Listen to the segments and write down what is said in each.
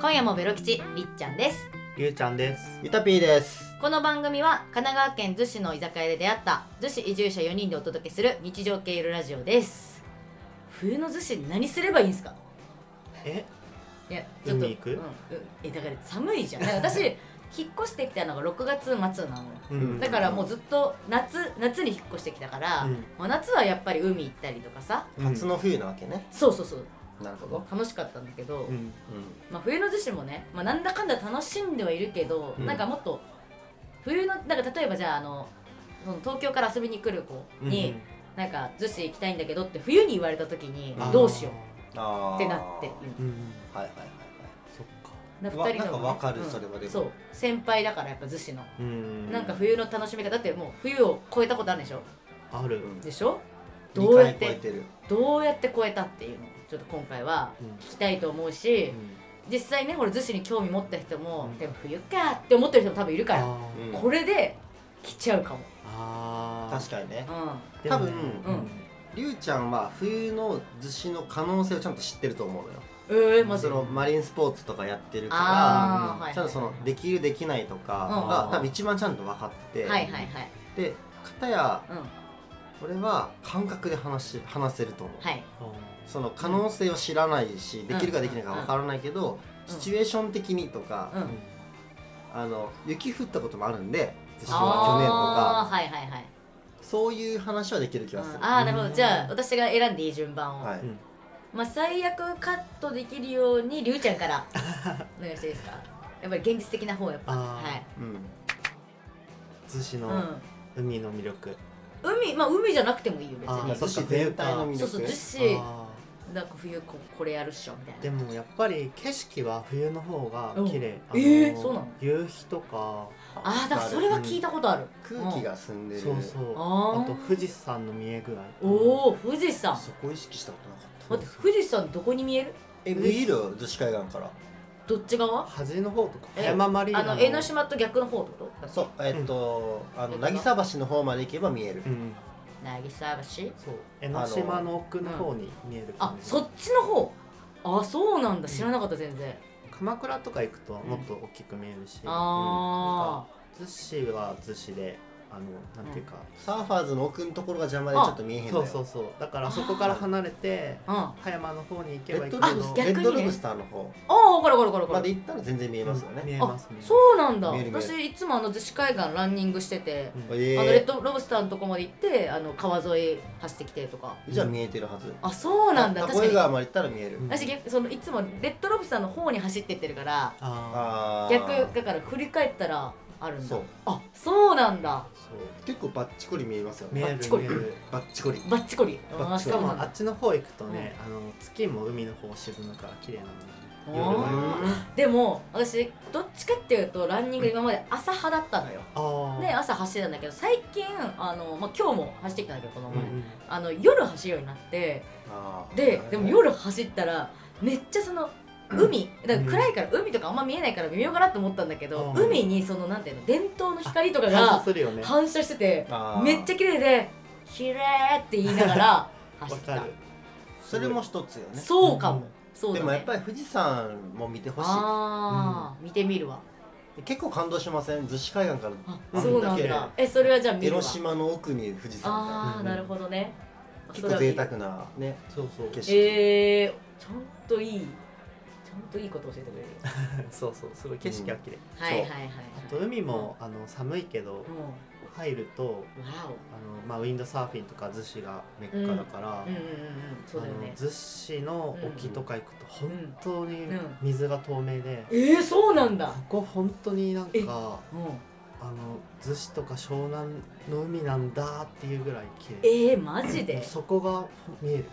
今夜もベロ吉りっちゃんですゆうちゃんです。ゆたぴーです。この番組は神奈川県逗子の居酒屋で出会った逗子移住者4人でお届けする日常系ゆるラジオです冬の逗子何すればいいんですかえ、いや海行くうんうんえだから寒い じゃんだから私引っ越してきたのが6月末なのうんだからもうずっと夏夏に引っ越してきたから、うんまあ、夏はやっぱり海行ったりとかさ初の冬なわけね。そうそうそうなるほど。楽しかったんだけど、うん、うまあ、冬の逗子もね、まあ、なんだかんだ楽しんではいるけど、うんなんかもっと冬のなんか例えばじゃああのその東京から遊びに来る子に、なんか逗子行きたいんだけどって冬に言われた時にあーどうしよん。あうあ。ってなってるん。うん、はいはいはいはい。そっか。だわ二人のなんかわかるそれはでもそう先輩だからやっぱ逗子の、うんなんか冬の楽しみ方だってもう冬を越えたことあるでしょある。でしょ二どうやっ回超えててる。どうやって越えたっていうのをちょっと今回はうん聞きたいと思うし、うん実際ねほら逗子に興味持った人も、うんでも冬かって思ってる人も多分いるから、あーうんこれで来ちゃうかも、あー。確かにね。うでもね多分りゅうちゃんは冬の逗子の可能性をちゃんと知ってると思うのよ。ん、えー、マジそでのマリンスポーツとかやってるかあー、うんはいら、ちゃんとそのできるできないとかうんが多分一番ちゃんと分かってて。はいはいはいで、かたやうん俺は感覚で話し話せると思う。はいその可能性を知らないし、できるかできないか分からないけど、うんシチュエーション的にとか、うん、あの雪降ったこともあるんで私あーははいはいはい、去年とかそういう話はできる気うんがする、ああなるほどじゃあ私が選んでいい順番を、はい、うんまあ最悪カットできるようにりゅうちゃんからお願いしていいですかやっぱり現実的な方やっぱあーはい、うん、逗子うのん、海の魅力。海まあ海じゃなくてもいいよ別あーにそっか魅そうそう逗あ子ーなんか冬ここれやるっしょみたいなでもやっぱり景色は冬の方が綺麗。うんえーあのそうなの夕日とか、ああだからそれは聞いたことある、空気が澄んでるそうそう。ああーと富士山の見え具合。おお富士山そこ意識したことなかった待って富士山どこに見えるえ見える逗子海岸からどっち側端の方とかえ山マリーあナの江ノ島と逆の方ってことそうえっと、あのどこだ渚橋の方まで行けば見えるうん渚橋そう江ノ島の奥の方に見えるあ感じ、そっちの方あそうなんだ知らなかった全然、鎌倉とか行くともっと大きく見えるしあ逗子は逗子であのなんていうか、サーファーズの奥のところが邪魔でちょっと見えへんのそようそうそうだからそこから離れてあうんあ葉山の方に行けレばッ行ドくロほブスどあ逆レにねッドロブスターの方あ分かる分かる分かまでる行ったら全然見えますよ見ね、えますねそうなんだ見える見える私いつもあの逗子海岸ランニングしてて、うんえあのレッドロブスターのとこまで行ってあの川沿い走ってきてとかじゃあ見えてるはずあそうなんだタ確コか江に川まで行ったら見える、うん私逆そのいつもレッドロブスターの方に走ってってるからああああ逆だから振り返ったらあるんだそうあそうなんだそう結構バッチコリ見えますよ見ねバえるッチコリ見えるバッチコリバッチコリバッあチしそコリうなかもんあっだちの方行くとね、あの月も海の方沈むから綺麗なのおーでも私どっちかっていうとランニング今まで朝派だったのよああで朝走ってたんだけど最近あの、まあ、今日も走ってきたんだけどこのうんう前、んあの夜走るようになってあーででも夜走ったらめっちゃその海だから暗いから海とかあんま見えないから微妙かなと思ったんだけど、うん海にそのなんていうの電灯の光とか 反射がするよね反射しててあーめっちゃ綺麗で「綺麗って言いながら走わって かたるそれも一つよねそうかも、そうだ、でね、もやっぱり富士山も見てほしああ、見てみるわい結構感動しません逗子海岸からあうんそうなんだだえそれはじゃあ見江るわノ島の奥に富士山みたいなああなるほどね結構贅そ沢なねそうそう景色、れはいいえー、ちゃんといいちゃんといいこと教えてくれ るそうそうすごい景色が綺麗、はいはいはいはいあと海もあの寒いけうどん入るとわあの、まあ、ウィンドサーフィンとか逗子がメッカだから、おうんうんうんうんそうだよあのね逗子の沖とか行くとん本当にうん水が透明で、えー、そうなんだここ本当になんえかうんあの逗子とか湘南の海なんだっていうぐらい綺麗えー、マジでそこが見える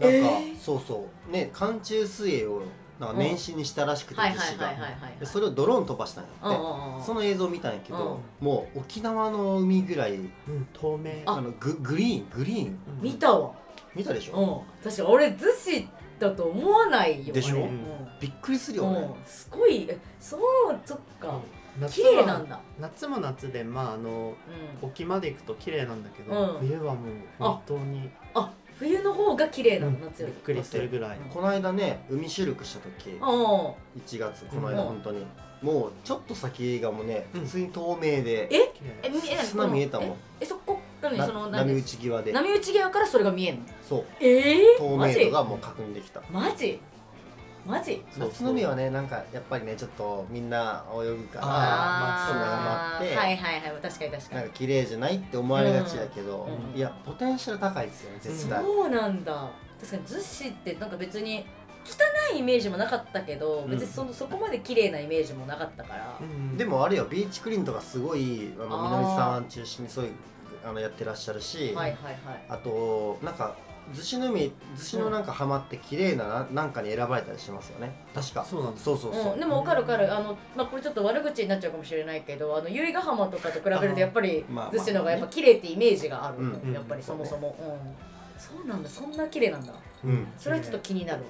なんか、えーそうそうね寒中水泳をなんか年始にしたらしくてはい逗はい子はいはいがはいでそれをドローン飛ばしたんうんうやっんうんてその映像を見たんやけどもう沖縄の海ぐらいうん透明ああのググリーングリーンうん見たわ見たでしうょん私俺逗子だと思わないよでしょあれうんびっくりするうよんねうんすごいえそうそっか夏綺麗なんだだ夏も夏でまああのうん沖まで行くと綺麗なんだけど、うん冬はもう本当にあ冬の方が綺麗なうのん夏よびっりくりするぐらいこの間ね海シルクした時お1月この間うん本当にもうちょっと先がもうねうん普通に透明でえ綺麗えみえなんかこの砂見えたもんええそこなのになそのなん波打でち際で波打ち際からそれが見えんのそうええ透明度がもう確認できたマジマジそう夏そうの海はねなんかやっぱりねちょっとみんな泳ぐからああーまあー砂が舞ってはいはいはい確かに確かなんにか綺麗じゃないって思われがちだけど、うんいやポテンシャル高いですよね絶対、そうなんだ確かに逗子ってなんか別に汚いイメージもなかったけど別にそのそこまで綺麗なイメージもなかったからうんでもあれよビーチクリーンとかすごいあのあー南さん中心にそういうあのやってらっしゃるはし、いはいはいあとなんか逗子の海逗子のなんか浜って綺麗なななんかに選ばれたりしますよね確かそうなんですそうそうそう、うん、でも分かる分かるあの、まあ、これちょっと悪口になっちゃうかもしれないけどあの由比ヶ浜とかと比べるとやっぱりあーまあまあ逗子の方がやっぱ綺麗ってイメージがある、うんうんやっぱりそもそも、うんそうなんだそんな綺麗なんだうんそれはちょっと気になるわ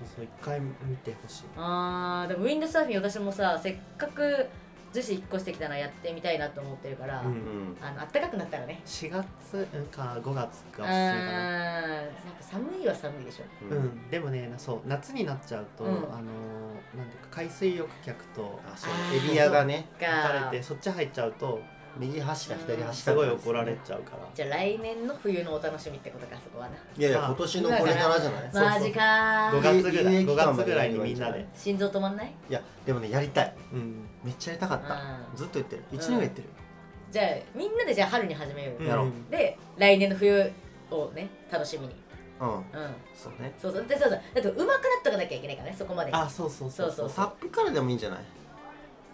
そうそう一回見てほしいあーでもウィンドサーフィン私もさせっかく逗子引っ越してきたなやってみたいなと思ってるから、うんうんあの暖かくなったらね4月うんか5月がおすすめあーかななんか寒いは寒いでしょうんうんでもねそう夏になっちゃうと、うんあのーなんていうか海水浴客とあそうあエービアがね分かかれてそっち入っちゃうと右端か左端すかごい怒られちゃうから、じゃあ来年の冬のお楽しみってことかそこはないやいや今年のこれからじゃないそうそうマジか5ー月ぐらいいいいい5月ぐらいにみんな期間までやればいいんでじ心臓止まんないいやでもねやりたいうんめっちゃやりたかったうんずっと言ってる1年は言ってる、じゃあみんなでじゃあ春に始めようよ、やろうで来年の冬をね楽しみにうんうんそうねそうそうでそうそうだと上手くなっとかなきゃいけないからねそこまであそうそうそそううそうサップからでもいいんじゃない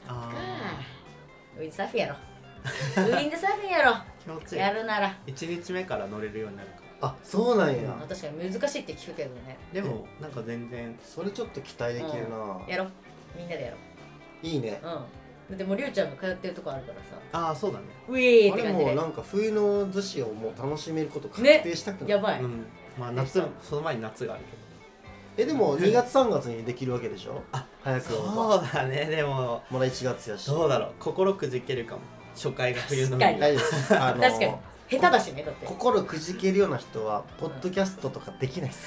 ああーウィンドサーフィンやろウィンドサーフィンや ろー気持ちいいやるなら1日目から乗れるようになるかあそうなんまあや確かに難しいって聞くけどねらでもなんか全然それちょっと期待できるなやろみんなでやろいいねううんだってもうりゅうちゃんが通ってるとこあるからさああそうだねウィーっあてれ感じもうでなんか冬の寿司をもう楽しめること確定したくない、やばい、うんまあ夏できその前に夏があるけどえでも2月3月にできるわけでしょあ早くそはうだねでもまだ1月やしどうだろう心くじけるかも初回が冬の確海かだに大丈 夫ですあの確かに下手だしねだって心くじけるような人はポッドキャストとかできないっす、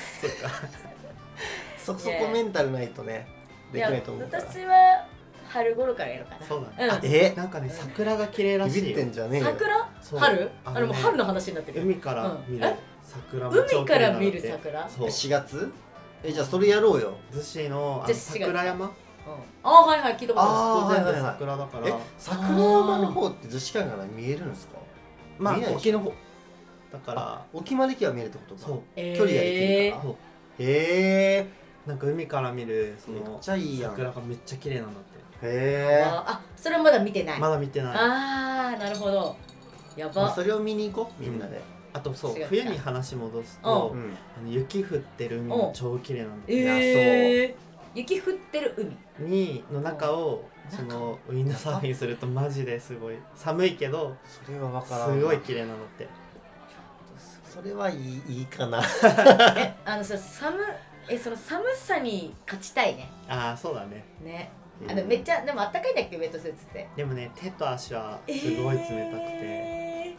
そそこメンタルないとねできないと思ういかやら私は春頃からやるかなそうだねうんえなんかね桜が綺麗らしビビいってよんじゃねえよ桜そう春ああのれねもう春の話になってるよ海から見るうん桜も超海綺麗かならの見るって桜そう4月えじゃあそれやろうよ逗子のじゃああの4月桜山うんああはいはい聞いたことあああそこ全は部いはいはい桜だかえら桜山の方って逗子海から見えるんですかまあ見えないでし沖の方だから沖まで行けば見えるってことかそうる距離ができるかそうへえなんか海から見るそめっのちゃいいやんへ桜がめっちゃ綺麗なんだってええーああそれはまだ見てないまあだ見てないあーなるほどやばそれを見に行こうみんなであとそ4う月か冬に話戻すとうんあの雪降ってる海うんも超綺麗なんだよえー、雪降ってる海にの中をそのウィンドサーフィンするとマジですごい寒いけどそれは分からんすごい綺麗なのってそれはいいいいかなえあのさ寒えその寒さに勝ちたいねああそうだねねあのめっちゃでもあったかいんだっけウェットスーツってでもね手と足はすごい冷たくて、え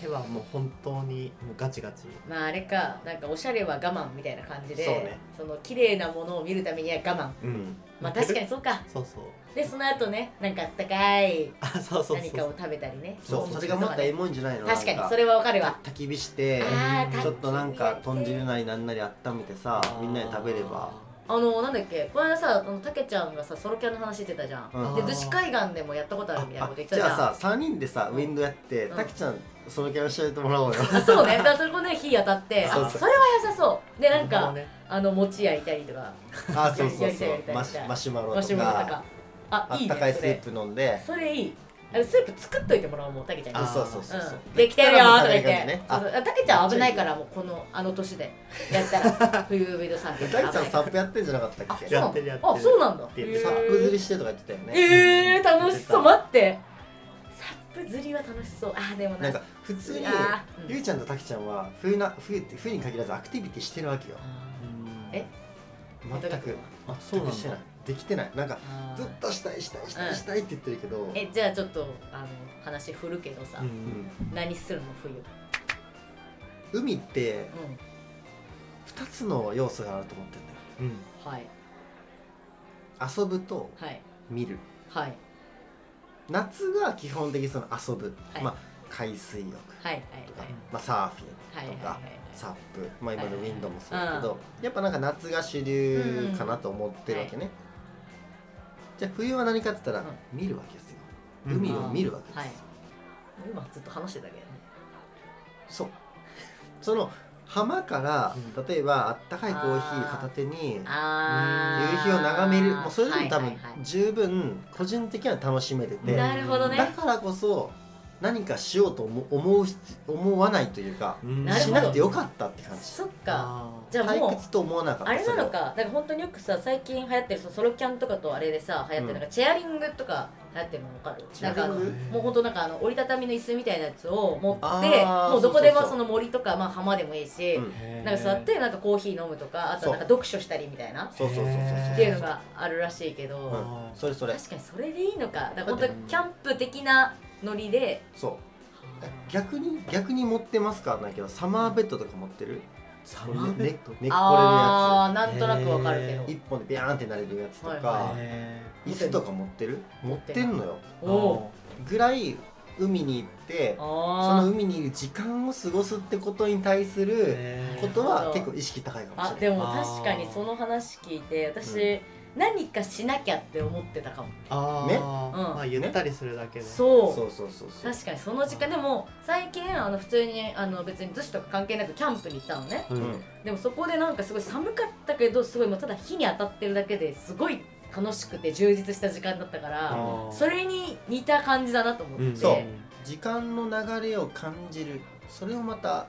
手はもう本当にもうガチガチーまああれかなんかおしゃれは我慢みたいな感じでそうねその綺麗なものを見るためには我慢うんまあ確かにそうかそうそうでその後ねなんかあったかいあそうそうそう何かを食べたりねそうそれがももっとエモいんじゃないの確かにそれれはわかるわ焚き火してあーちょっとなん焚かき火やって豚汁なりなんなり温めてさみんなで食べればあのなんだっけこの間さあのたけちゃんがさソロキャンの話してたじゃん、うんで逗子海岸でもやったことあるみたいなこと言ってじたじゃんゃあさ3人でさうんウィンドウやってうんたきちゃんそのキャラしててもら おうよあそうねだからそこね火当たって そうあそうそれは良さそうでなんか、るほどねあの餅焼いたりとかあそうそうやりたそいやうりたいマシマシュマロマシとュマロとかかああいっいたねかいスそーれプ飲んでそれいいあのスープ作っといてもらおうもうたけちゃんにあーそうそうそうそううん、できてるよーとか言っできたらもう食べれるて感じねそうそうたけちゃん危ないからもうこのあの年でやったら 冬ウィドサーフィンたきちゃんサんップやってんじゃなかったっけあサそやうってるやってるあそうなんだていうへーップ釣りしてとか言ってたよねえー、楽しそう言待ってサップ釣りは楽しそうあーでもななんか普通にあーうんゆいちゃんとたきちゃんは冬な冬って冬に限らずアクティビティしてるわけようんえ全くあそう全なんくだしてないできてないなんかあーずっとしたいしたいしたいしたいって言ってるけどえじゃあちょっとあの話振るけどさ、うんううんん何するの冬海ってう2つの要素があると思ってるんだようんんはい遊ぶとはい見るはい夏が基本的にその遊ぶ、はいまあ海水浴はいはいとか、まあ、サーフはいィンはいとか、はサップ、まあ、今のウィンドウもそうはいだはいけど、やっぱなんか夏が主流かなと思ってるわけね、じゃあ冬は何かって言ったら、見るわけですようん海を見るわけです、はいい今ずっと話してたけどねそうその浜から、うん例えばあったかいコーヒー片手にあ夕ー日を眺めるもうそれでも多は分いはいはい十分個人的には楽しめてて、うんなるほどねだからこそ何かしようと思思う必思わないというかうんなるほしどなくてよかったって感じそっかあーじゃあも退う屈と思わなかったあれなのそかだから本当によくさ最近流行ってるさソロキャンとかとあれでさ流行ってるうんなんかチェアリングとか流行ってるの分かるチェなアんかあリンのグもう本当なんかあの折りたたみの椅子みたいなやつを持ってあーもうどこでそうもそうそそうの森とかまあ浜でもいいし、うんへーなんか座ってなんかコーヒー飲むとかあとはなんか読書したりみたいなっそうそうそうそうへーていうのがあるらしいけど、うんそれそれ確かにそれでいいのかだから本当だってキャンプ的なノリでそう逆に逆に持ってますかなんだけどサマーベッドとか持ってるサマーベッドねね寝っあ転あなんとなくわかるけどべるやつ一本でビャーンってなれるやつとか、はいへい椅子とか持ってる持ってんのよーおおぐらい海に行ってそのあ海にいる時間を過ごすってことに対するへーことは結構意識高いかあもあしれでないも確かにその話聞いて私、何かしなきゃって思ってたかもあーねまあゆったりするだけでそうそうそうそうそう確かにその時間でも最近あの普通にあの別に逗子とか関係なくキャンプに行ったのねううんんでもそこでなんかすごい寒かったけどすごいもうただ火に当たってるだけですごい楽しくて充実した時間だったからあーそれに似た感じだなと思って、うんそう時間の流れを感じるそれをまたあ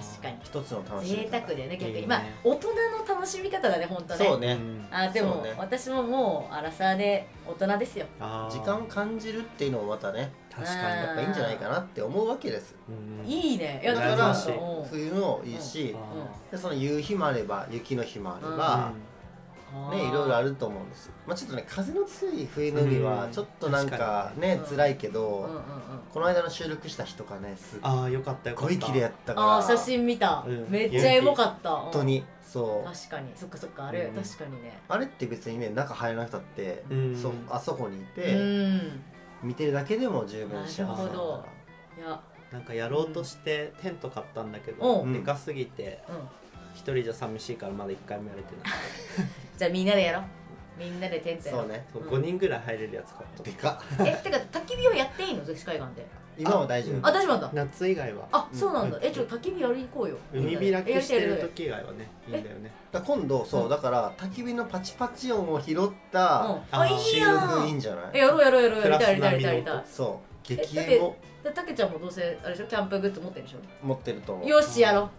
ー確かに一つの楽しみ贅方沢だよね逆いいにねまあ大人の楽しみ方だね本当ねそううねんあでそも、うね私ももうアラサーで大人ですよあー時間を感じるっていうのもまたね確かやっぱいいんじゃないかなって思うわけですにうんいいねいやだだかかららしいうん冬もいいしあーうでその夕日もあれば雪の日もあれば、ねいろいろあると思うんです、まあ、ちょっとね風の強い冬の海はうんちょっとなんかね確かに辛いけうんうんうんど、この間の収録した日とかねすっあーよかったよかっごたい綺麗やったからあー写真見た、うんめっちゃエモかった本本当にそう確かにそっかそっかあれ、うん確かにねあれって別にね中入らなくたって、うんそあそこにいうて、ん見てるだけでも十分幸せだなかるほらどいやなんかやろうとしてテント買ったんだけうどんでかすぎてうん一人じゃ寂しいからまだ一回もやれてないじゃあみんなでやろうみんなでテントやろそうねそううん5人ぐらい入れるやつ買っでたかっえってか焚き火をやっていいの逗子海岸で今も大丈あ夫あ私もなんだ夏以外はあそうなんだうんえちょっと焚き火やりに行こうよ海開きしてる時時以外はねいいんだよねだから今度そう、うんだから焚き火のパチパチ音を拾っうんたあいい収や録いいんんじゃない、えやろうやろうやろうやプりラスたいやりたいやりたいや波のりそうえ激エモたいでたけちゃんもどうせあれでしょキャンプグッズ持ってるでしょ持ってると思うよしやろ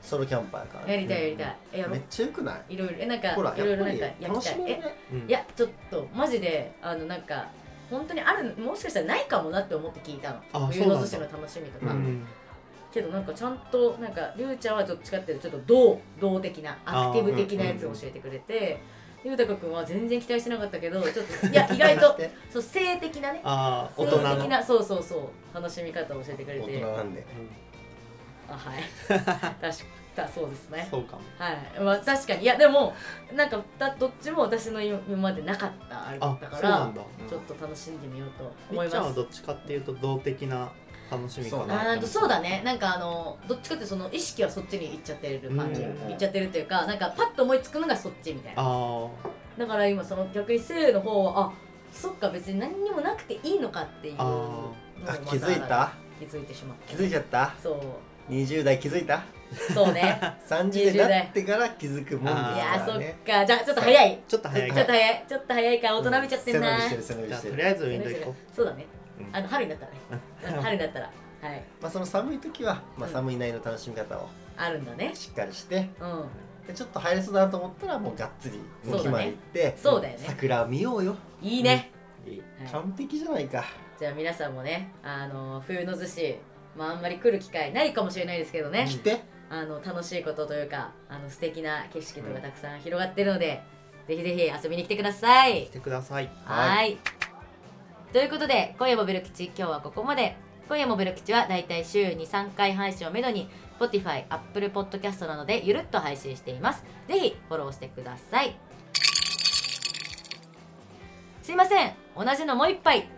ソロキャンパーやからうやねりたいやりたいえやろめっうちゃよくないいろいろえなんかほらいろやいっろぱなんりか焼楽きたしいみえねうんいやちょっとマジであのなんか本当にあるもしかしたらないかもなって思って聞いたのあ冬そうのなん寿だ司の楽しみとうか、んけどなんかちゃんとなんかりゅうちゃんはどっちかっていうとちょっと動動的なアクティブ的なやつを教えてくれて。ゆうたかくんは全然期待してなかったけどちょっといや意外とそう性的なねあー大性人の的なそうそうそう楽しみ方を教えてくれ大て人なんであはい 確かそうですうんねそうかもはいまあ確かにいやでもなんかだどっちも私の今までなかったあれだあったかそうなんらだちょっと楽しんでみようとみ思いっちゃんはますどっちかっていうと動的な楽しみかそうあーななんかそうだねなんかあのどっちかっていうとその意識はそっちに行っちゃってる感じうん行っちゃってるというかなんかパッと思いつくのがそっちみたいなああだから今その逆に性の方はあそっか別に何にもなくていいのかっていうあーのをまあた気づいた気づいてしまっ気たづいちゃったそう20代気づいたそう ね ?30 代になってから気づくもんでいすあーやーかそらっねかじゃあちょっと早いちょっと早いちかょらっと早いちょっと早いから大人びちゃってんな、背伸びしてる背伸びじゃあしてとるりあえずウィンドウ行こそうだねううんあの春になったらねうん春になったらはいまあその寒い時は、まあ、うん寒いなりの楽しみ方をあるんだねしっかりしてうんでちょっと入れそうだなと思ったらもうがっつりそうだね沖まで行って、そうだよね桜見ようよいいね、いいはい完璧じゃないかじゃあ皆さんもねあの冬の寿司まああんまり来る機会ないかもしれないですけどね、来てあの楽しいことというかあの素敵な景色とかたくさん広がってるので、ぜひぜひ遊びに来てください来てくださいはいということで今夜もベル吉今日はここまで今夜もブル吉はだいたい週23回配信をめどに Spotify、Apple Podcast などでゆるっと配信していますぜひフォローしてくださいすいません同じのもう一杯